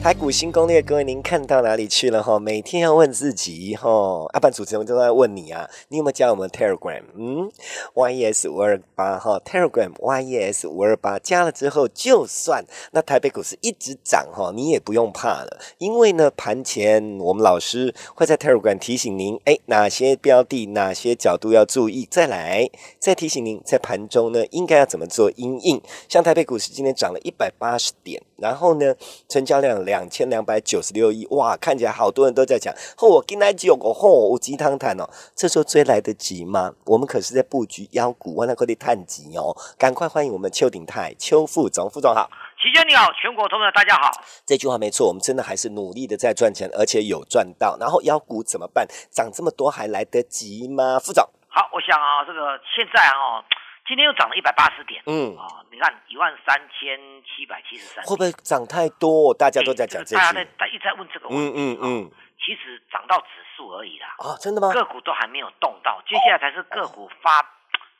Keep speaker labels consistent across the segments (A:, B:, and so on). A: 台股新攻略，各位您看到哪里去了哈？每天要问自己哈，阿、啊、半主持人都在问你啊，你有没有加我们 Telegram？嗯，YES 五二八哈，Telegram YES 五二八加了之后，就算那台北股市一直涨哈，你也不用怕了，因为呢盘前我们老师会在 Telegram 提醒您，哎，哪些标的、哪些角度要注意，再来再提醒您在盘中呢应该要怎么做因应。像台北股市今天涨了一百八十点，然后呢成交量。两千两百九十六亿，哇！看起来好多人都在讲，嚯、哦，今天有个嚯，有鸡汤谈哦，这时候追来得及吗？我们可是在布局妖股，万能快的探级哦！赶快欢迎我们邱鼎泰、邱副总，副总好。
B: 齐娟你好，全国同仁大家好。
A: 这句话没错，我们真的还是努力的在赚钱，而且有赚到。然后妖股怎么办？涨这么多还来得及吗？副总，
B: 好，我想啊，这个现在啊。今天又涨了一百八十点，
A: 嗯
B: 啊、哦，你看一万三千七百七十三，哎
A: 会不会涨太多？嗯大家都在讲这
B: 大家
A: 句
B: 在，在一直在问这个问
A: 嗯
B: 题，
A: 嗯嗯，
B: 其实涨到指数而已啦，
A: 啊，真的吗？
B: 个股都还没有动到，接下来才是个股发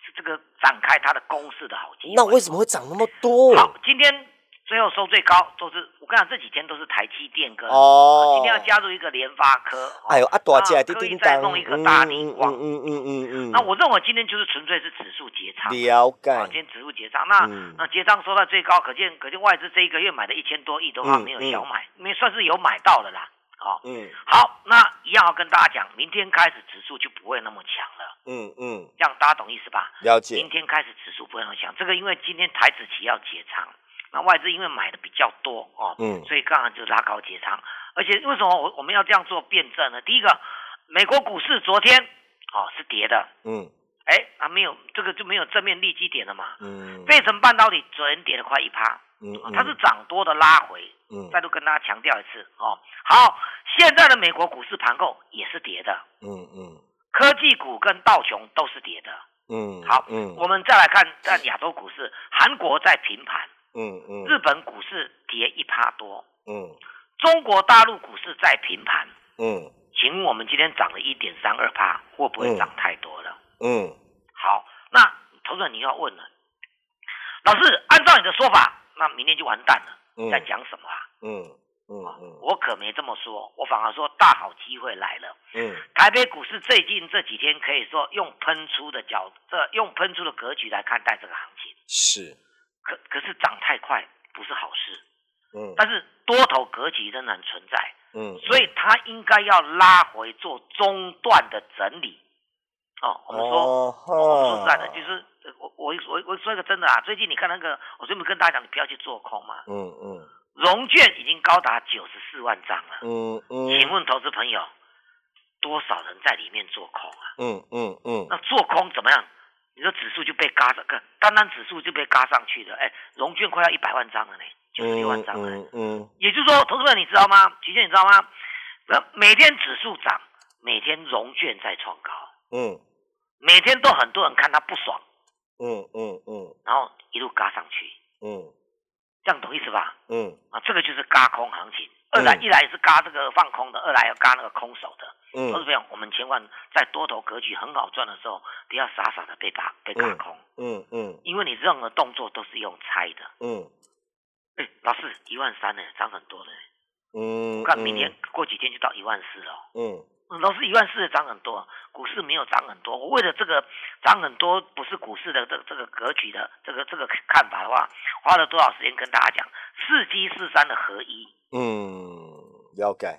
B: 是这个展开它的攻势的好机会。
A: 那为什么会涨那么多？
B: 好？今天最后收最高都是我跟你讲，这几天都是台积电跟、
A: 哦，
B: 今天要加入一个联发科，哦
A: 哎呦，啊，大只
B: 啊
A: 叮
B: 刻意
A: 叮
B: 再
A: 当，
B: 弄一个大
A: 嗯
B: 力
A: 嗯
B: 光。
A: 嗯嗯嗯嗯，
B: 那我认为今天就是纯粹是指数结仓，
A: 了
B: 啊，今
A: 解，
B: 天指数结账，那、
A: 嗯
B: 那结账收到最高，可见可见外资这一个月买的一千多亿的话，
A: 嗯
B: 没有小买，没算是有买到的啦。好、
A: 嗯
B: 好，那一样要跟大家讲，明天开始指数就不会那么强了，
A: 嗯嗯，
B: 这样大家懂意思吧？
A: 了解
B: 明，天开始指数不会那么强，这个因为今天台子期要结仓，那外资因为买的比较多哦，
A: 嗯
B: 所以刚然就拉高结仓。而且为什么我我们要这样做辩证呢？第一个，美国股市昨天哦是跌的，
A: 嗯
B: 哎，啊没有这个就没有正面利基点了嘛，
A: 嗯，
B: 费城半导体昨天跌了快一趴，
A: 嗯
B: 哦
A: 嗯
B: 它是涨多的拉回，
A: 嗯
B: 再度跟大家强调一次哦。好，现在的美国股市盘后也是跌的，
A: 嗯嗯
B: 科技股跟道琼都是跌的。
A: 嗯，
B: 好，
A: 嗯
B: 我们再来看看亚洲股市，韩国在平盘，
A: 嗯嗯，
B: 日本股市跌一趴多，
A: 嗯
B: 中国大陆股市在平盘。
A: 嗯
B: 请问我们今天涨了一点三二趴，会不会涨太多了？
A: 嗯
B: 好，那投资人你要问了，老师，按照你的说法，那明天就完蛋了，
A: 嗯
B: 在讲什么啊？
A: 嗯嗯
B: 我可没这么说，我反而说大好机会来了。
A: 嗯
B: 台北股市最近这几天可以说用喷出的角，这用喷出的格局来看待这个行情，
A: 是，
B: 可可是涨太快不是好事，
A: 嗯
B: 但是多头格局仍然存在，
A: 嗯，
B: 所以它应该要拉回做中段的整理。哦，我们说，我们说实在的，就是呃我我我我说一个真的啊，最近你看那个，我专门跟大家讲，你不要去做空嘛，
A: 嗯嗯
B: 融券已经高达九十四万张了。
A: 嗯嗯，
B: 请问投资朋友，多少人在里面做空啊？
A: 嗯嗯嗯
B: 那做空怎么样？你说指数就被嘎上，个单单指数就被嘎上去了。哎，融券快要一百万张了呢，九十六万张了呢。
A: 嗯嗯
B: 也就是说，投资朋友你知道吗？齐轩你知道吗？那每天指数涨，每天融券在创高，
A: 嗯
B: 每天都很多人看他不爽，
A: 嗯嗯嗯
B: 然后一路嘎上去，
A: 嗯
B: 这样懂意思吧？
A: 嗯
B: 啊，这个就是嘎空行情。二来
A: 嗯
B: 一来是嘎这个放空的，二来要嘎那个空手的。
A: 嗯
B: 投资朋友，我们千万在多头格局很好赚的时候，不要傻傻的被打被打空，
A: 嗯嗯
B: 因为你任何动作都是用猜的。
A: 嗯
B: 哎，老师，一万三呢，涨很多的，
A: 嗯，
B: 我看明年过几天就到一万四了哦。
A: 嗯
B: 嗯老师，一万四涨很多，股市没有涨很多。我为了这个涨很多不是股市的这这个格局的这个这个看法的话，花了多少时间跟大家讲四七四三的合一，
A: 嗯了解，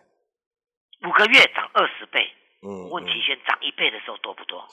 B: 五个月涨二十倍。我
A: 嗯，
B: 问齐轩，涨一倍的时候多不多？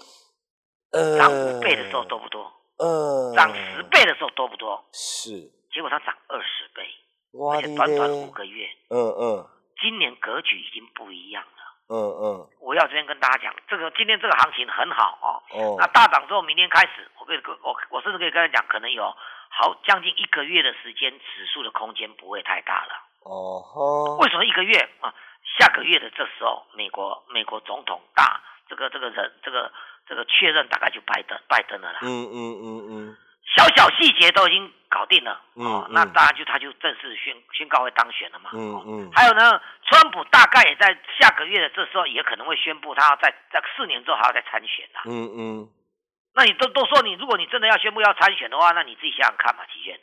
A: 呃，
B: 涨五倍的时候多不多？
A: 呃，
B: 涨十倍的时候多不多？
A: 是，
B: 结果它涨二十倍，
A: 哇
B: 而且短短五
A: 嘞
B: 个月，
A: 嗯嗯
B: 今年格局已经不一样了。
A: 嗯嗯
B: 我要这边跟大家讲，这个今天这个行情很好哦。
A: 哦
B: 那，大涨之后，明天开始，我可以跟我我甚至可以跟他讲，可能有好将近一个月的时间，指数的空间不会太大了。
A: 哦吼，
B: 为什么一个月啊？下个月的这时候，美国美国总统大这个这个人这个这个确认大概就拜登拜登了啦。
A: 嗯嗯嗯嗯
B: 小小细节都已经搞定了，
A: 嗯
B: 哦
A: 嗯，
B: 那当然就他就正式宣宣告会当选了嘛，
A: 嗯
B: 哦
A: 嗯
B: 还有呢，川普大概也在下个月的这时候也可能会宣布他要在在四年之后还要再参选啊。
A: 嗯嗯，
B: 那你都都说你，如果你真的要宣布要参选的话，那你自己想想看嘛，齐轩，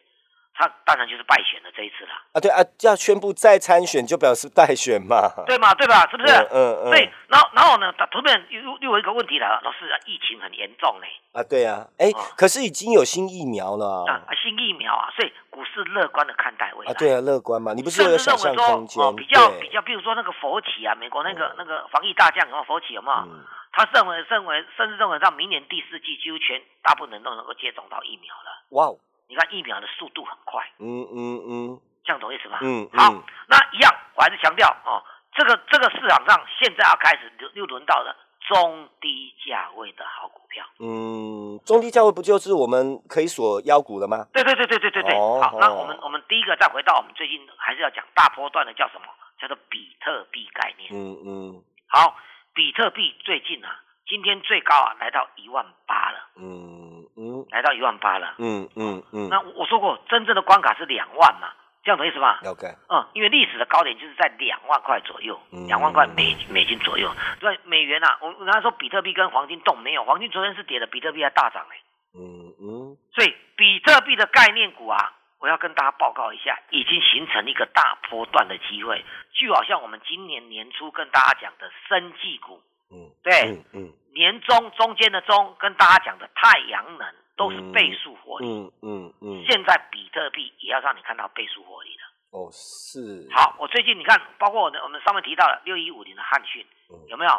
B: 他当然就是败选了这一次啦，
A: 啊对啊，要宣布再参选就表示败选嘛。
B: 对吗？对吧？是不 是？啊
A: 嗯嗯嗯
B: 对，然后然后呢，他突然又又有一个问题了，老师，啊疫情很严重呢、
A: 啊对啊，哎、
B: 哦
A: 可是已经有新疫苗了
B: 啊
A: 啊。
B: 啊，新疫苗啊，所以股市乐观的看待未来。
A: 啊，对啊，乐观嘛，你不是
B: 哎甚
A: 说
B: 至
A: 有想
B: 认为
A: 象
B: 说
A: 空间？
B: 哦，比较
A: 对
B: 比较，比如说那个佛企啊，美国那个、那个防疫大将，然后佛企有没有？
A: 嗯
B: 他认为认为甚至认为到明年第四季几乎全大部分人都能够接种到疫苗了。
A: 哇哦，
B: 你看疫苗的速度很快，
A: 嗯嗯嗯，
B: 这样懂意思吧？
A: 嗯嗯
B: 好，那一样我还是强调哦，这个这个市场上现在要开始又又轮到了中低价位的好股票。
A: 嗯，中低价位不就是我们可以锁腰股了吗？
B: 对对对对对对对。
A: 哦
B: 好，那
A: 哦
B: 我们我们第一个再回到我们最近还是要讲大波段的叫什么？叫做比特币概念。
A: 嗯嗯
B: 好，比特币最近啊，今天最高啊，来到一万八了，
A: 嗯嗯
B: 来到一万八了。
A: 嗯嗯嗯
B: 那我说过，真正的关卡是两万嘛，这样懂意思吧？
A: ，OK，
B: 嗯，因为历史的高点就是在两万块左右
A: 嗯，
B: 两万块美美金左右。对，美元啊，我我刚才说比特币跟黄金动没有，黄金昨天是跌的，比特币还大涨哎、
A: 嗯嗯
B: 所以比特币的概念股啊，我要跟大家报告一下，已经形成一个大波段的机会，就好像我们今年年初跟大家讲的生技股，
A: 嗯
B: 对，
A: 嗯嗯
B: 年中中间的中跟大家讲的太阳能都是倍数获利，
A: 嗯嗯嗯，
B: 现在比特币也要让你看到倍数获利了。
A: 哦是，
B: 好，我最近你看，包括我的我们上面提到了六一五零的汉讯
A: 嗯，
B: 有没有？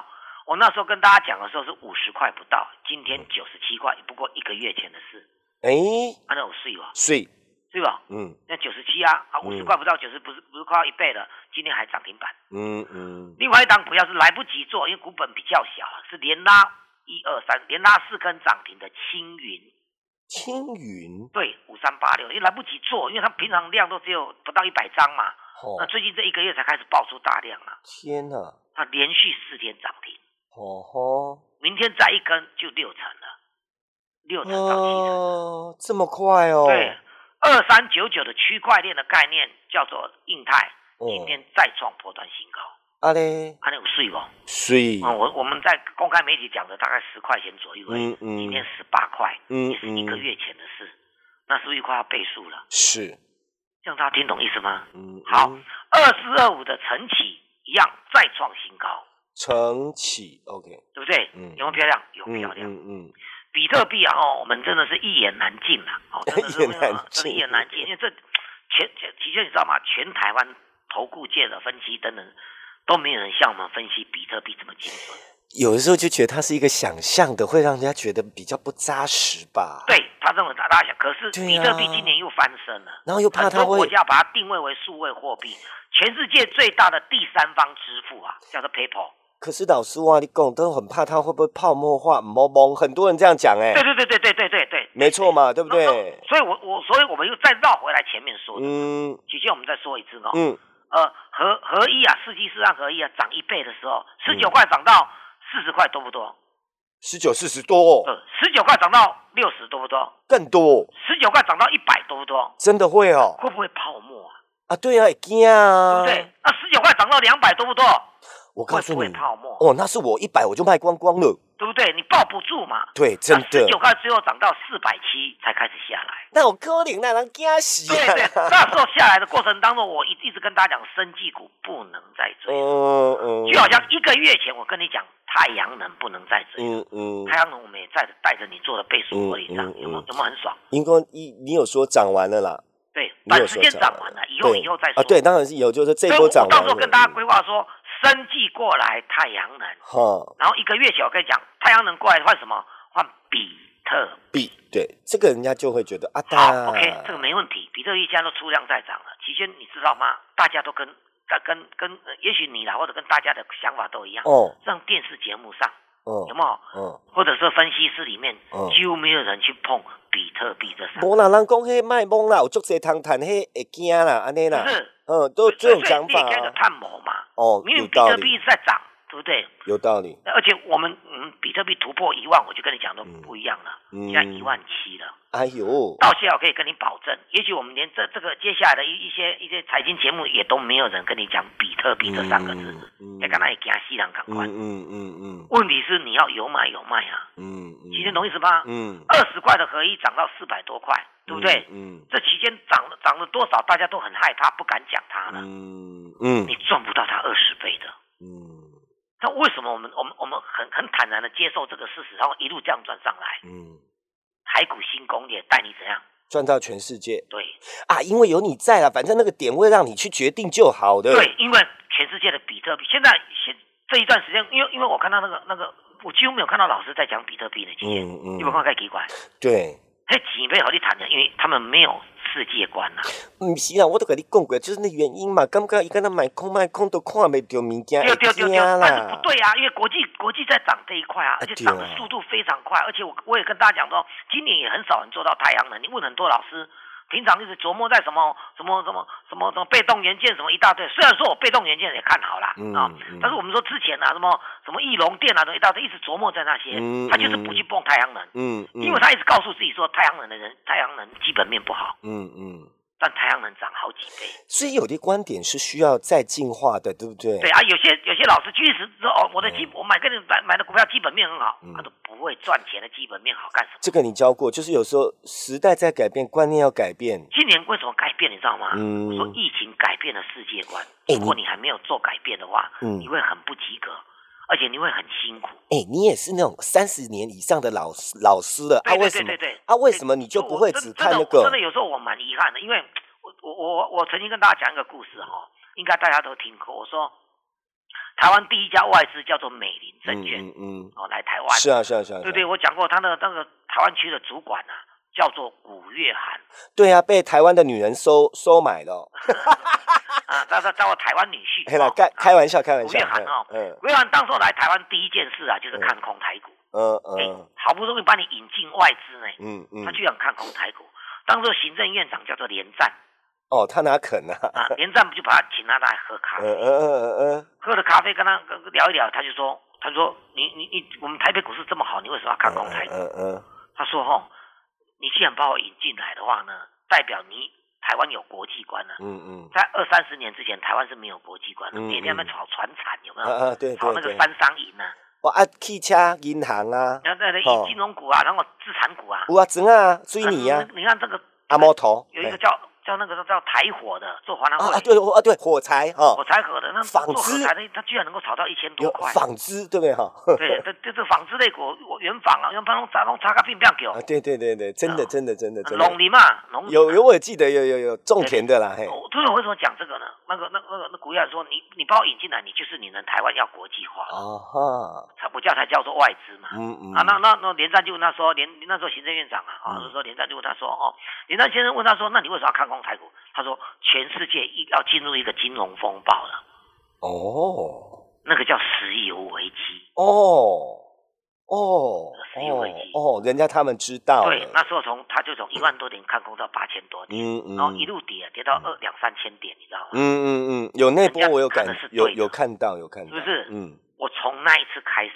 B: 我那时候跟大家讲的时候是五十块不到，今天九十七块，也不过一个月前的事，
A: 哎，
B: 按照我税吧，
A: 睡，
B: 对吧？
A: 嗯
B: 那九十七啊，啊五
A: 嗯
B: 十块不到九十，不是不是快要一倍了，今天还涨停板。
A: 嗯嗯
B: 另外一档股票是来不及做，因为股本比较小了，是连拉一二三，连拉四根涨停的青云。
A: 青云，
B: 对，五三八六，因为来不及做，因为它平常量都只有不到一百张嘛。
A: 哦
B: 那最啊近这一个月才开始爆出大量啊，
A: 天呐，
B: 它连续四天涨停，
A: 哦吼，
B: 明天再一根就六成了，六成到七成。
A: 哦，这么快哦，
B: 对，二三九九的区块链的概念叫做印太，
A: 哦
B: 今天再创波段新高，
A: 啊嘞，
B: 它那有税哦。
A: 睡，
B: 嗯，我我们在公开媒体讲的大概十块钱左右而已，
A: 嗯嗯
B: 今天十八块，
A: 嗯
B: 也是一个
A: 嗯
B: 月前的事，那是不是快要倍数了？
A: 是，
B: 这样大家听懂意思吗？
A: 嗯，
B: 好
A: 嗯，
B: 二四二五的晨起一样再创新高，
A: 晨起，OK，
B: 对不对？
A: 嗯
B: 有没有漂亮？有
A: 嗯
B: 漂亮。
A: 嗯嗯，
B: 比特币啊，哦，我们真的是一言难尽啦， 哦，真的是
A: 一言难尽
B: 真的一言难尽，因为这全全，其实你知道吗？全台湾投顾界的分析等等，都没有人像我们分析比特币这么精准。
A: 有的时候就觉得它是一个想象的，会让人家觉得比较不扎实吧。，
B: 对他认为它大小，可是
A: 对啊
B: 比特币今年又翻身了，
A: 然后又怕
B: 很
A: 它
B: 多
A: 会
B: 国家把它定位为数位货币，全世界最大的第三方支付啊，叫做 PayPal。
A: 可是老师哇，你讲都很怕它会不会泡沫化、毛蒙，很多人这样讲哎、
B: 对对对对对对对对，
A: 没错嘛，对不
B: 那
A: 对
B: 那？所以我我所以我们又再绕回来前面说的，
A: 嗯
B: 姐姐，我们再说一次哦。
A: 嗯，
B: 呃，合合一啊，四季四让合一啊，涨一倍的时候，十
A: 嗯
B: 九块涨到四十块多不多？
A: 十九四十多、哦，
B: 呃，十九块涨到六十多不多？
A: 更多，
B: 十九块涨到一百多不多？
A: 真的会 哦
B: 会不会泡沫啊？
A: 啊，对啊，会惊
B: 对
A: 啊，
B: 不对？？那十九块涨到两百多不多？
A: 我告诉
B: 会
A: 你
B: 不会泡沫
A: 哦，那是我一百我就卖光光了，
B: 对不对？你抱不住嘛。
A: 对，真
B: 十
A: 的。
B: 九块最后涨到四百七才开始下来。
A: 那我哥领那人惊啊死
B: 对对， 那时候下来的过程当中，我一一直跟大家讲，生技股不能再追 了。
A: 嗯嗯，
B: 就好像一个月前我跟你讲，太阳能不能再追，
A: 嗯嗯，
B: 太阳能我们也带着带着你做的倍数获利
A: 嗯
B: 涨，
A: 嗯
B: 有没有
A: 嗯
B: 有没有很爽？
A: 应该你你有说涨完了啦，
B: 对，
A: 你有
B: 短时
A: 说
B: 间
A: 涨
B: 涨完了，以后
A: 对
B: 以后再说。
A: 啊，对，，当然是有，就是这
B: 所以
A: 一
B: 我
A: 波
B: 我
A: 涨完了。
B: 到时候跟大家规划说，生计过来太阳能，
A: 哈
B: 然后一个月前我跟你讲，太阳能过来换什么？换比特。
A: 币，对，这个人家就会觉得啊，
B: 好
A: 大
B: ，OK，这个没问题，比特币现在都出量在涨了。期间你知道吗？大家都跟跟跟跟，呃也许你啦，或者跟大家的想法都一样，
A: 哦，
B: 让电视节目上
A: 嗯
B: 有没有？
A: 嗯，
B: 或者是分析师里面
A: 嗯，
B: 几乎没有人去碰比特币这三个，
A: 无啦，人讲迄卖懵啦，有足侪通谈迄会惊啦，安尼
B: 字，
A: 啦
B: 是，
A: 嗯，都
B: 所
A: 这
B: 以
A: 种讲
B: 所以
A: 法
B: 你也叫做
A: 啊，
B: 探谋嘛。
A: 哦，
B: 因为
A: 有
B: 比
A: 道
B: 特
A: 理
B: 币，在涨，对不对？
A: 有道理。
B: 而且我们嗯，比特币突破一万，我就跟你讲都
A: 嗯
B: 不一样了，
A: 嗯
B: 现在一万七了。
A: 哎呦，
B: 到现在我可以跟你保证，也许我们连这这个接下来的一一些一些财经节目也都没有人跟你讲比特币这三个字，
A: 嗯，
B: 在干嘛？也惊西人赶
A: 嗯
B: 快。
A: 嗯嗯嗯
B: 问题是你要有买有卖啊，
A: 嗯嗯，
B: 期间懂意思吧？
A: 嗯，
B: 二十块的合一涨到四百多块，啊对不对？
A: 嗯
B: 这期间涨了涨了多少，大家都很害怕，不敢讲它了。
A: 嗯嗯
B: 啊你赚不到它二十倍的。
A: 嗯
B: 那为什么我们我们我们很很坦然的接受这个事实，然后一路这样赚上来？
A: 嗯，
B: 台股新攻略带你怎样？
A: 赚到全世界
B: 对
A: 啊！因为有你在啦，反正那个点位让你去决定就好的。
B: 对，因为全世界的比特币现在现这一段时间，因为因为我看到那个那个，我几乎没有看到老师在讲比特币呢，今天
A: 嗯嗯
B: 你有没有看太奇怪？
A: 对，
B: 嘿，几倍和你谈的，因为他们没有世界观呐、啊
A: 唔是啦，我都跟你讲过，就是那原因嘛。感觉伊敢若买空卖空都看袂到物件，
B: 对对对对，
A: 哎会惊
B: 但是
A: 啦
B: 不。对啊，因为国际国际在涨这一块啊，而且
A: 对啊
B: 涨的速度非常快，而且我我也跟大家讲说，今年也很少人做到太阳能。你问很多老师，平常一直琢磨在什么什么什么什么什么被动元件什么一大堆，虽然说我被动元件也看好啦，
A: 嗯
B: 啊
A: 嗯，
B: 但是我们说之前啊什么什么翼龙电啊什么一大堆，一直琢磨在那些
A: 嗯，
B: 他就是不去碰太阳能，
A: 嗯嗯，
B: 因为他一直告诉自己说太阳能的人太阳能基本面不好，
A: 嗯嗯，
B: 但太阳能涨好几倍。
A: 所以有的观点是需要再进化的，对不对？
B: 对啊，有些有些老师即使说哦，我的基
A: 嗯
B: 我买跟你买买的股票基本面很好
A: 嗯，
B: 他都不会赚钱的基本面好干什么？
A: 这个你教过，就是有时候时代在改变，观念要改变。
B: 今年为什么改变？你知道吗？
A: 嗯
B: 我说疫情改变了世界观，
A: 哎
B: 如果你还没有做改变的话，
A: 嗯
B: 你会很不及格，而且你会很辛苦。
A: 哎、你也是那种三十年以上的老师老师了，啊，
B: 对
A: 为
B: 对
A: 什
B: 对
A: 么
B: 对对。
A: 啊？为什么你就不会
B: 我
A: 只
B: 真
A: 看那
B: 真的我真
A: 个？
B: 的有时候我蛮遗憾的，因为我我我我曾经跟大家讲一个故事哦，应该大家都听过。我说台湾第一家外资叫做美林证券、
A: 嗯嗯，
B: 哦，来台湾
A: 是啊是啊 是啊，
B: 对
A: 是
B: 对，
A: 啊
B: 我讲过他的那个台湾区的主管啊，叫做古月涵
A: 对啊，被台湾的女人收收买了，
B: 啊，他他叫我台湾女婿。
A: 嘿啦，
B: 哦
A: 开开玩笑开玩
B: 古
A: 笑，
B: 月涵哦，
A: 嗯
B: 古月涵当时来台湾第一件事啊，就是看空台股，
A: 嗯
B: 哎、
A: 嗯
B: 好不容易把你引进外资呢，
A: 嗯
B: 他
A: 嗯，
B: 居然看空台股。当时行政院长叫做连战
A: 哦，他哪肯啊？
B: 啊，连战不就把他请他来喝咖
A: 嗯
B: 啡，
A: 嗯嗯嗯
B: 喝了咖啡跟他跟跟聊一聊，他就说，他说你你你，我们台北股市这么好，你为什么要看空台
A: 嗯
B: 股？
A: 嗯嗯，
B: 他说：“哦，你既然把我引进来的话呢，代表你台湾有国际观啊了、
A: 嗯嗯
B: 在二三十年之前，台湾是没有国际观的，
A: 嗯
B: 每天在炒船产有没有？
A: 啊啊，对
B: 炒
A: 对
B: 那个
A: 对，
B: 三商银呢、啊，
A: 哇啊，汽车银行啊，
B: 然后那个
A: 哦
B: 金融股啊，然后资产股啊，
A: 有啊，怎啊，水泥啊
B: 啊，你你看这个
A: 阿摩头，
B: 有一个
A: 嘿
B: 叫、叫那个叫台火的做华南
A: 啊
B: 会，
A: 啊对哦啊对，火柴哈
B: 火，柴盒的那
A: 纺
B: 做
A: 织
B: 火柴的，它居然能够炒到一千多
A: 有
B: 块。
A: 纺织对不对哈？
B: 对，这这这纺织类股，我原纺啊，原纺弄砸弄查个病不要给
A: 啊，
B: 我，
A: 对对对对，真的
B: 哦啊
A: 真的真的真
B: 农
A: 的，
B: 林嘛，农
A: 有有我记得有有有种田的啦，嘿，
B: 我就是为什么讲这个呢？那个、那个、那个、那古月涵说，你你把我引进来，你就是你们台湾要国际化，
A: 啊哈，
B: 才我叫才叫做外资嘛。
A: 嗯嗯，
B: 啊，那那那连战就问他说，连那时候行政院长啊，啊，
A: 嗯
B: 那时候连战就问他说，哦，连战先生问他说，那你为什么要看空台股？他说，全世界一要进入一个金融风暴了，
A: 哦
B: 那个叫石油危机。
A: 哦哦
B: 石油危机
A: 哦哦，人家他们知道
B: 对
A: 了，，
B: 那时候从他就从一万多点看空到八千多点，
A: 嗯嗯，
B: 然后一路跌跌到二两三千点，你知道吗？
A: 嗯嗯嗯，有那波我有
B: 人家
A: 感
B: 看的是对
A: 有
B: 的
A: 有看到有看到，
B: 是不是
A: 嗯
B: 我从那一次开始，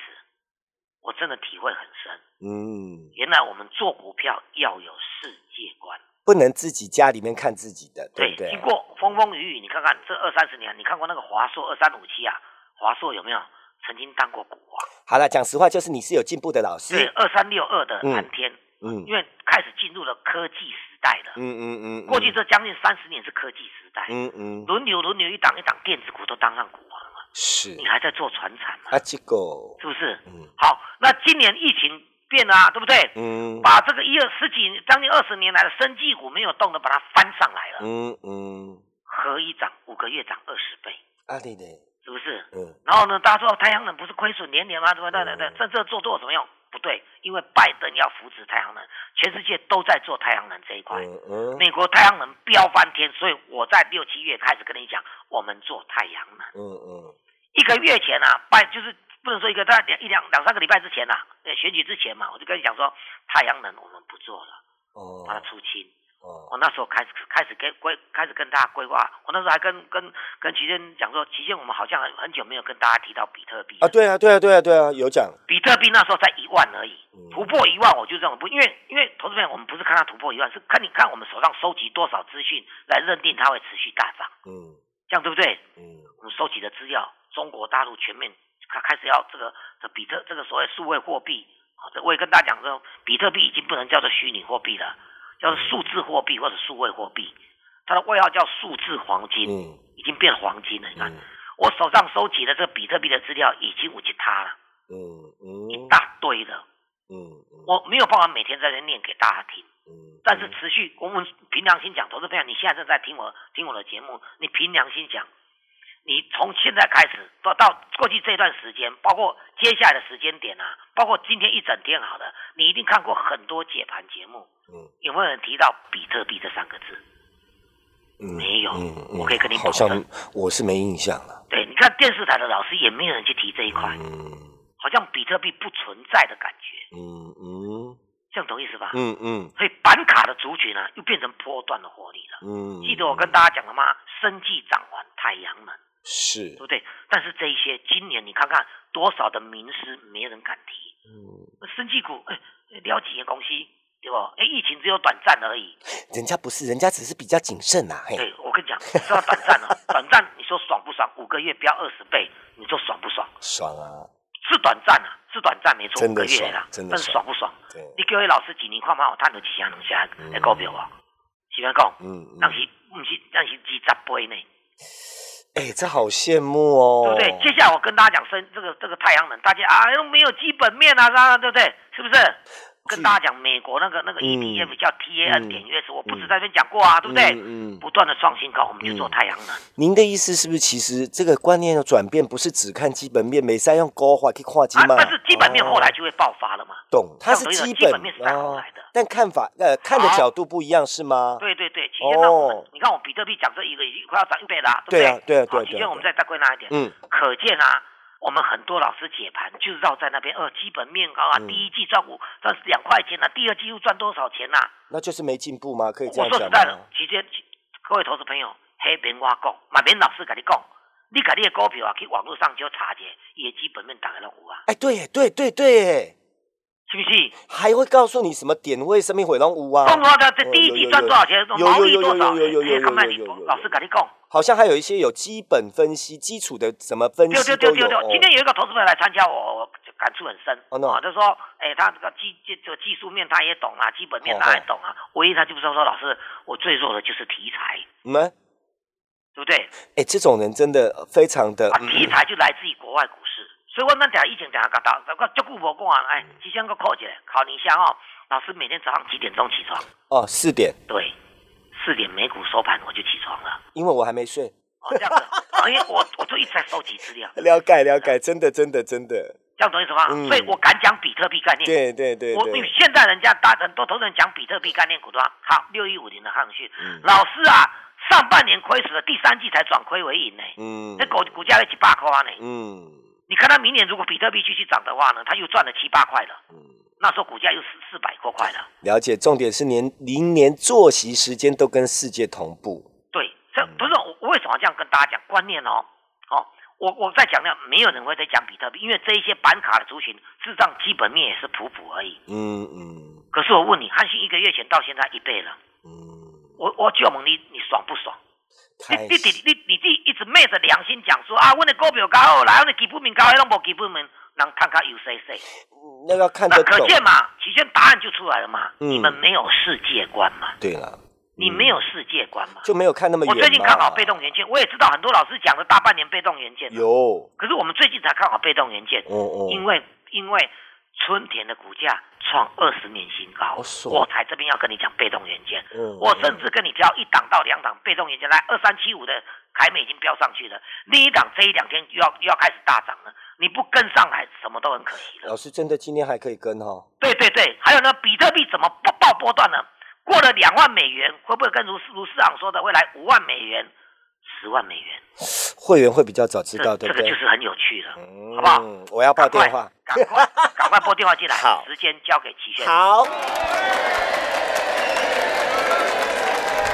B: 我真的体会很深。
A: 嗯，
B: 原来我们做股票要有世界观，
A: 不能自己家里面看自己的，对不对？
B: 经过风风雨雨，你看看这二三十年，你看过那个华硕二三五七啊？华硕有没有曾经当过股王？
A: 好了，讲实话，就是你是有进步的老
B: 对，
A: 师，
B: 二三六二的蓝天，
A: 嗯
B: 因为开始进入了科技时代了。
A: 嗯嗯嗯，
B: 过去这将近三十年是科技时代，
A: 嗯嗯嗯
B: 轮流轮流一档一档电子股都当上股王了，
A: 是
B: 你还在做传产吗？
A: 啊，结果
B: 是不是？
A: 嗯
B: 好，那今年疫情变了啊，对不对？
A: 嗯
B: 把这个一二十几将近二十年来的生技股没有动的，把它翻上来了。
A: 嗯嗯，
B: 合一涨五个月涨二十倍，
A: 啊对对，
B: 是不是？
A: 嗯
B: 然后呢，大家说太阳能不是亏损连连吗？对吧？对对对
A: 嗯，
B: 这这做做有什么用？不对，因为拜登要扶持太阳能，全世界都在做太阳能这一块。
A: 嗯嗯
B: 美国太阳能飙翻天，所以我在六七月开始跟你讲，我们做太阳能。
A: 嗯嗯
B: 一个月前啊，拜就是不能说一个，大概一两两三个礼拜之前呐、啊，呃选举之前嘛，我就跟你讲说，太阳能我们不做了，
A: 哦
B: 把它出清。
A: 哦，
B: 我那时候开始开始跟规开始跟大家规划，我那时候还跟跟跟齐天讲说，齐天我们好像很很久没有跟大家提到比特币了
A: 啊，对啊，对啊，对啊，对啊，有讲，
B: 比特币那时候才一万而已
A: 嗯，
B: 突破一万我就这样不，因为因为投资朋友我们不是看它突破一万，是看你看我们手上收集多少资讯来认定它会持续大涨，
A: 嗯
B: 这样对不对？
A: 嗯
B: 我们收集的资料，中国大陆全面开开始要这个这比特这个所谓数位货币，啊，这我也跟大家讲说，比特币已经不能叫做虚拟货币了，叫做数字货币或者数位货币，它的外号叫数字黄金，
A: 嗯
B: 已经变黄金了。你看，
A: 嗯
B: 我手上收集的这个比特币的资料已经五级它了，
A: 嗯
B: 一
A: 嗯
B: 大堆了。
A: 嗯，
B: 我没有办法每天在这念给大家听，
A: 嗯
B: 但是持续，我们凭良心讲，投资朋友，你现在正在听我听我的节目，你凭良心讲，你从现在开始到到过去这段时间，包括接下来的时间点啊，包括今天一整天，好了，你一定看过很多解盘节目，
A: 嗯
B: 有没有人提到比特币这三个字？
A: 嗯
B: 没有
A: 嗯嗯
B: 我可以跟你
A: 好
B: 保
A: 像
B: 证
A: 我是没印象了，
B: 对，你看电视台的老师也没有人去提这一块，
A: 嗯
B: 好像比特币不存在的感觉，
A: 嗯嗯
B: 这样懂意思吧？
A: 嗯嗯
B: 所以板卡的族群啊，又变成波段的获利了。
A: 嗯，
B: 记得我跟大家讲了吗？生计涨完太阳能，
A: 是
B: 对不对？但是这一些今年你看看多少的名师没人敢提，
A: 嗯，
B: 生计股哎了几个公司，对不？哎，疫情只有短暂而已。
A: 人家不是，人家只是比较谨慎啊，嘿，
B: 对，我跟你讲，知道短 暂哦，短暂你说爽不爽？五个月飙二十倍，你说爽不爽？
A: 爽啊，
B: 是短暂啊，是短暂没错，
A: 真
B: 五
A: 的
B: 个月啦
A: 爽，真的
B: 但是
A: 爽
B: 爽不爽？
A: 对，
B: 你各位老师几年看嘛，有赚到几样两下
A: 嗯
B: 的股票啊？是不是讲？
A: 嗯嗯
B: 那，是不是那是几十倍呢？
A: 哎，这好羡慕哦，
B: 对不对？接下来我跟大家讲生这个这个太阳能，大家啊又没有基本面啊，啥的，对不对？是不是？跟大家讲美国那个那个
A: 嗯
B: EPF 叫 TAN 点月 s 我不止
A: 嗯
B: 在这边讲过啊，对不对？
A: 嗯嗯
B: 不断的创新高，我们就做
A: 嗯
B: 太阳能。
A: 您的意思是不是其实这个观念的转变不是只看基本面，每三用高化去跨基
B: 啊，
A: 嘛？
B: 但是基本面后来
A: 哦
B: 就会爆发了嘛。
A: 懂，它是
B: 像
A: 基
B: 基
A: 本
B: 本面是看后来的
A: 但看法呃看的角度不一样是吗？
B: 对对对，期间呢，我们
A: 哦
B: 你看我比特币讲这一个已经快要涨一倍了啊，
A: 对
B: 不
A: 啊对啊对啊
B: 好期
A: 对啊
B: 间我们再再归纳一点，
A: 嗯，
B: 可见啊，我们很多老师解盘就是绕在那边，呃，基本面高啊，
A: 嗯
B: 第一季赚五赚两块钱啊，第二季又赚多少钱呐、啊？
A: 那就是没进步吗？可以这
B: 我
A: 样讲
B: 说实在的
A: 吗？，
B: 期间各位投资朋友，黑免我讲，嘛免老师跟你讲，你把你的股票啊去网络上就查一下，伊的基本面大概都有啊，
A: 哎，对耶对对对耶，
B: 是不是？
A: 还会告诉你什么点位、什么回龙五啊？
B: 中国的这
A: 哦
B: 第一
A: 有
B: 季
A: 有
B: 赚
A: 有
B: 多少钱，
A: 有
B: 毛利
A: 有有
B: 多少？
A: 有有有有
B: 嘿刚才你
A: 有有有有
B: 老师跟你讲。
A: 好像还有一些有基本分析、基础的怎么分
B: 对
A: 析
B: 对
A: 都
B: 对
A: 有。
B: 对对，
A: 哦
B: 今天有一个投资朋友来参加我，我感触很深。
A: 哦，no
B: 啊，就说，哎，他这个技技这个技术面他也懂啊，基本面他也懂啊，唯一他就是说，老师，我最弱的就是题材，
A: 你们
B: 对不对？
A: 嗯哎，这种人真的非常的
B: 啊，
A: 嗯
B: 题材就来自于国外股市，所以我那讲以前讲个到，我就顾我讲啊，哎，即将个考起来，考你一下哦，老师每天早上几点钟起床？
A: 哦四点，
B: 对，四点美股收盘我就起床了，
A: 因为我还没睡。
B: 哦，这 样子，啊因为我我就一直在收集资料，
A: 了解了解，真的真的真的，
B: 这样懂意思吗？
A: 嗯
B: 所以我敢讲比特币概 念。
A: 对对对
B: 我因为
A: 对，
B: 现在人家大很多投资人讲比特币概念股的话，好，六一五零的汉讯，
A: 嗯
B: 老师啊，上半年亏损了，第三季才转亏为盈呢、
A: 嗯
B: 那股股价一百块啊呢，
A: 嗯
B: 你看它明年如果比特币继续涨的话呢，它又赚了七八块了，
A: 嗯，
B: 那时候股价又四四百多块了。
A: 了解。重点是您您连作息时间都跟世界同步。
B: 对，这
A: 嗯
B: 不是我我为什么要这样跟大家讲观念哦？哦，我我在讲呢，没有人会在讲比特币，因为这一些板卡的族群，事实上基本面也是普普而已。
A: 嗯嗯
B: 可是我问你，汉信一个月前到现在一倍了，
A: 嗯，
B: 我我就问你，你爽不爽？你
A: 太
B: 你你你你你一直昧着良心讲说啊，阮的股票较好啦，阮的基本面较好，拢无基本面，人看较有谁谁。
A: 那要看
B: 那
A: 得
B: 可
A: 懂。
B: 见嘛，起先答案就出来了嘛。
A: 嗯
B: 你们没有世界观嘛，
A: 对了，
B: 你没有世界观嘛。
A: 就没有看那嗯么远
B: 我
A: 嘛。
B: 最近看好被动元件，我也知道很多老师讲了大半年被动元件，
A: 有，哦
B: 可是我们最近才看好被动元件，
A: 哦，
B: 因为因为春田的股价创二十年新高
A: 哦，是哦
B: 我才这边要跟你讲被动元件。
A: 嗯
B: 我甚至跟你挑一档到两档被动元件来，二三七五的凯美已经飙上去了，另一档这一两天又要又要开始大涨了，你不跟上来，什么都很可惜了。
A: 老师真的今天还可以跟哈、哦。
B: 对对对，还有呢，比特币怎么不爆波段呢？过了两万美元，会不会跟如如市长说的会来五万美元、十万美元？
A: 会员会比较早知
B: 这
A: 道，对
B: 这
A: 不
B: 个
A: 对？
B: 就是很有趣了，
A: 嗯
B: 好不好？
A: 我要报电话。
B: 赶快，赶快赶快拨 电话进来，
A: 好
B: 时间交给齐轩。
A: 好。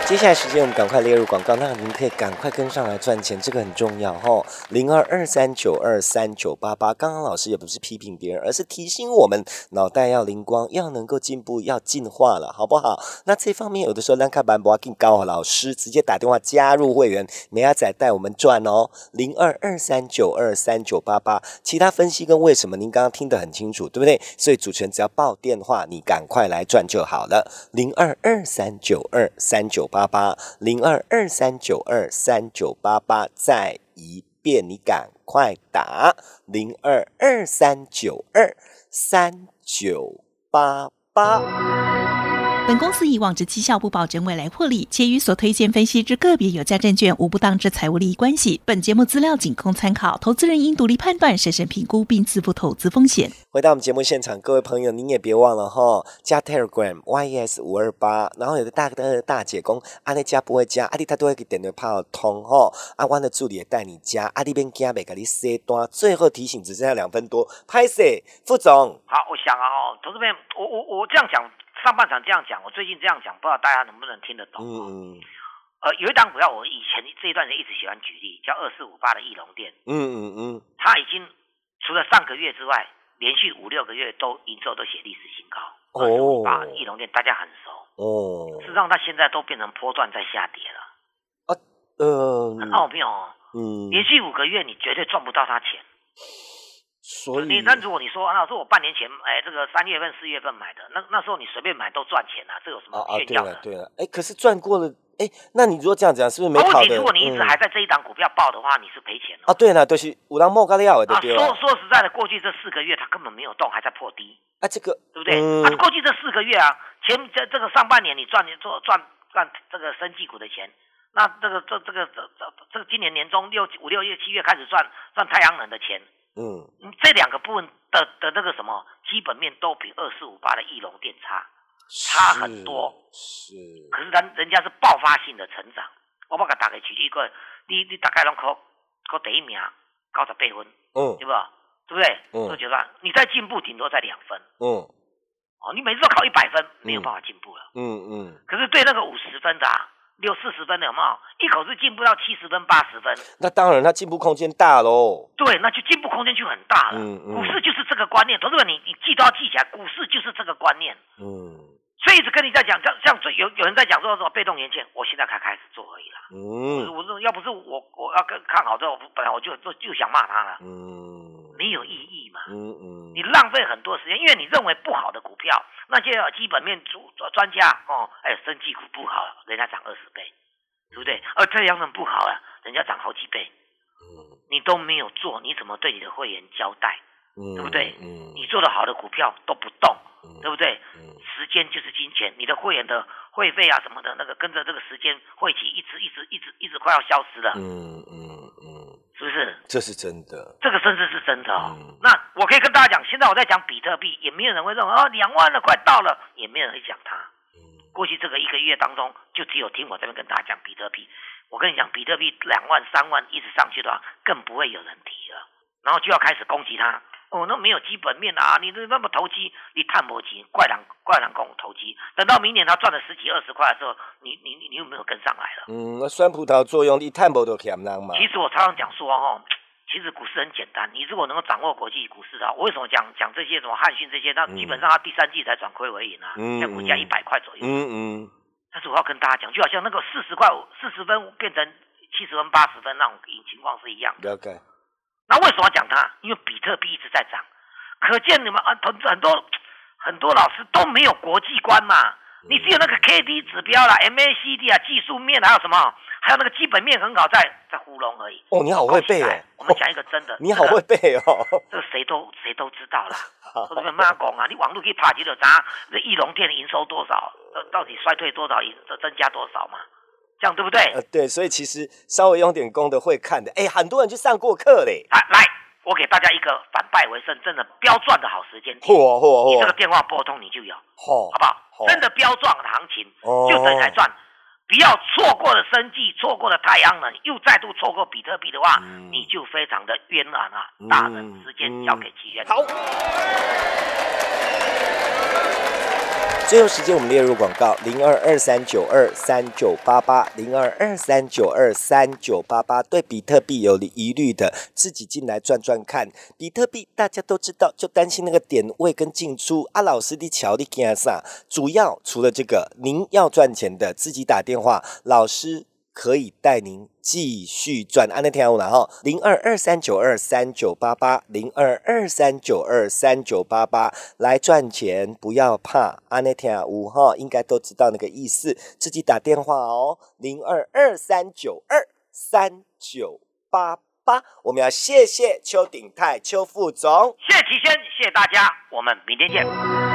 A: 接下来时间我们赶快列入广告，那您可以赶快跟上来赚钱，这个很重要哈。零二二三九二三九八八，刚刚老师也不是批评别人，而是提醒我们脑袋要灵光，要能够进步，要进化了，好不好？那这方面有的时候让看板不要更高，老师直接打电话加入会员，梅阿仔带我们赚哦。零二二三九二三九八八，其他分析跟为什么您刚刚听得很清楚，对不对？所以主持人只要报电话，你赶快来赚就好了。零二二三九二三九八八，零二二三九二三九八八，再一遍，你赶快打零二二三九二三九八八。
C: 本公司以往之绩效不保证未来获利，且与所推荐分析之个别有价证券无不当之财务利益关系。本节目资料仅供参考，投资人应独立判断、审慎评估并自负投资风险。
A: 回到我们节目现场，各位朋友，您也别忘了哈，加 Telegram YES 五二八，然后有的大哥大姐讲，阿丽加不会加，阿丽他都会给点对泡通哈，阿湾的助理也带你加，阿丽边加每个你 C 端，最后提醒只剩下两分多，拍谁？副总，
B: 好，我想啊，哦，投资朋友，我我我这样讲，上半场这样讲，我最近这样讲，不知道大家能不能听得懂？
A: 嗯嗯
B: 呃，有一档股票，我以前这一段人一直喜欢举例，叫二四五八的翼龙店，
A: 嗯嗯嗯，
B: 它已经除了上个月之外，连续五六个月都营收都写历史新高。
A: 哦
B: 啊，翼龙店大家很熟，
A: 哦，
B: 事实上它现在都变成波段在下跌了，
A: 嗯
B: 很奥妙哦。
A: 嗯，
B: 连续五个月你绝对赚不到它钱。
A: 所以
B: 你那如果你说，啊，老师我半年前，哎，这个三月份、四月份买的，那那时候你随便买都赚钱啊，这有什
A: 啊
B: 么
A: 啊，
B: 炫
A: 对
B: 耀的？
A: 了对了，哎，可是赚过了，哎，那你如果这样讲，是不是没
B: 啊
A: 跑
B: 问
A: 的？
B: 题如果你一直
A: 嗯
B: 还在这一档股票报的话，你是赔钱的、
A: 啊，
B: 哦
A: 对了，就是五郎莫咖利亚的
B: 啊，
A: 对哦了
B: 说，说实在的，过去这四个月它根本没有动，还在破低，
A: 啊这个
B: 对不对？
A: 嗯
B: 啊，过去这四个月啊，前这这个上半年你赚你做赚赚这个生技股的钱，那这个这这个这这这个今年年中六五六月七月开始赚赚太阳能的钱，
A: 嗯。
B: 嗯这两个部分的的那个什么基本面都比二四五八的翼龙电差，差很多
A: 是。是
B: 可是人人家是爆发性的成长。我把给大概举一个，你你大概拢考考第一名，九十八分，
A: 嗯
B: 对不？对不对？
A: 嗯
B: 就觉得你再进步顶多在两分
A: 嗯
B: 哦，你每次都考一百分，没有办法进步了。
A: 嗯嗯，
B: 可是对那个五十分的、啊、六四十分的有没有一口气进步到七十分、八十分？
A: 那当然，它进步空间大喽。
B: 对，那就进步空间就很大了。
A: 嗯嗯
B: 股市就是这个观念，同志们，你你记都要记起来，股市就是这个观念。
A: 嗯
B: 所以一直跟你在讲，像像最有有人在讲说什么被动元件，我现在才开始做而已啦。
A: 嗯
B: 我说要不是我我要跟看好之后，本来我就就就想骂他了，
A: 嗯
B: 没有意义嘛。
A: 嗯嗯
B: 你浪费很多时间，因为你认为不好的股票，那些呃基本面主专家哦，哎，生技股不好，人家涨二十倍，对不对？而太阳能不好啊，人家涨好几倍，你都没有做，你怎么对你的会员交代？
A: 嗯，
B: 对不对
A: 嗯
B: 你做的好的股票都不动，
A: 嗯
B: 对不对？
A: 嗯
B: 时间就是金钱，你的会员的会费啊什么的，那个跟着这个时间会期一直一直一直一直快要消失了，
A: 嗯嗯嗯，
B: 是不是？
A: 这是真的。
B: 这个甚至是真的哦。
A: 嗯
B: 那我可以跟大家讲，现在我在讲比特币，也没有人会认为啊两万了快到了，也没有人会讲它。过去这个一个月当中，就只有听我这边跟大家讲比特币。我跟你讲，比特币两万、三万一直上去的话，更不会有人提了，然后就要开始攻击它。哦，那没有基本面啊！你这那么投机，你探摩机，怪狼怪狼跟我投机，等到明年他赚了十几二十块的时候，你你你你有没有跟上来了？
A: 嗯，那酸葡萄作用力探不都强人嘛？
B: 其实我常常讲说哦，其实股市很简单，你如果能够掌握国际股市的话，我为什么讲讲这些什么汉讯这些？那
A: 嗯
B: 基本上它第三季才转亏为盈啊，
A: 嗯
B: 在股价一百块左右。
A: 嗯嗯
B: 但是我要跟大家讲，就好像那个四十块四十分变成七十分八十分那种情况是一样的。
A: 了解。
B: 那为什么要讲它？因为比特币一直在涨，可见你们啊很很多很多老师都没有国际观嘛。你只有
A: 嗯
B: 那个 K D 指标啦、MACD 啊、技术面，还有什么，还有那个基本面很好，在在糊弄而已。
A: 哦，你好会背
B: 恭喜
A: 哦
B: 来。啊我们讲一个真的，
A: 你好会背哦。
B: 这个，这个谁都谁都知 道啦。我这边妈讲啊，你网络可以爬几多砸，这翼龙店营收多少，呃到底衰退多少，营增加多少嘛？这样对不对？
A: 呃，对，所以其实稍微用点功的会看的，哎，很多人去上过课嘞。
B: 啊，来，我给大家一个反败为胜，真的标赚的好时间点。
A: 嚯嚯
B: 你这个
A: 嚯
B: 电话拨通你就有，好
A: 嚯！
B: 不好
A: 好？
B: 真的标赚的行情，
A: 哦
B: 就等来赚。不要错过了生计，错过了太阳能，又再度错过比特币的话，
A: 嗯
B: 你就非常的冤枉啊！大人
A: 嗯
B: 时间
A: 嗯
B: 交给奇缘。
A: 好。最后时间我们列入广告：零二二三九二三九八八，零二二三九二三九八八。对比特币有疑虑的，自己进来转转看。比特币大家都知道，就担心那个点位跟进出。啊，老师的桥你干啥？主要除了这个，您要赚钱的，自己打电话，老师可以带您继续赚。安、啊、那听我了哈，零二二三九二三九八八，零二二三九二三九八八，来赚钱不要怕。安、啊、那听我哈，应该都知道那个意思，自己打电话哦，零二二三九二三九八八。我们要谢谢邱鼎泰邱副总。
B: 谢谢齐先，谢谢大家，我们明天见。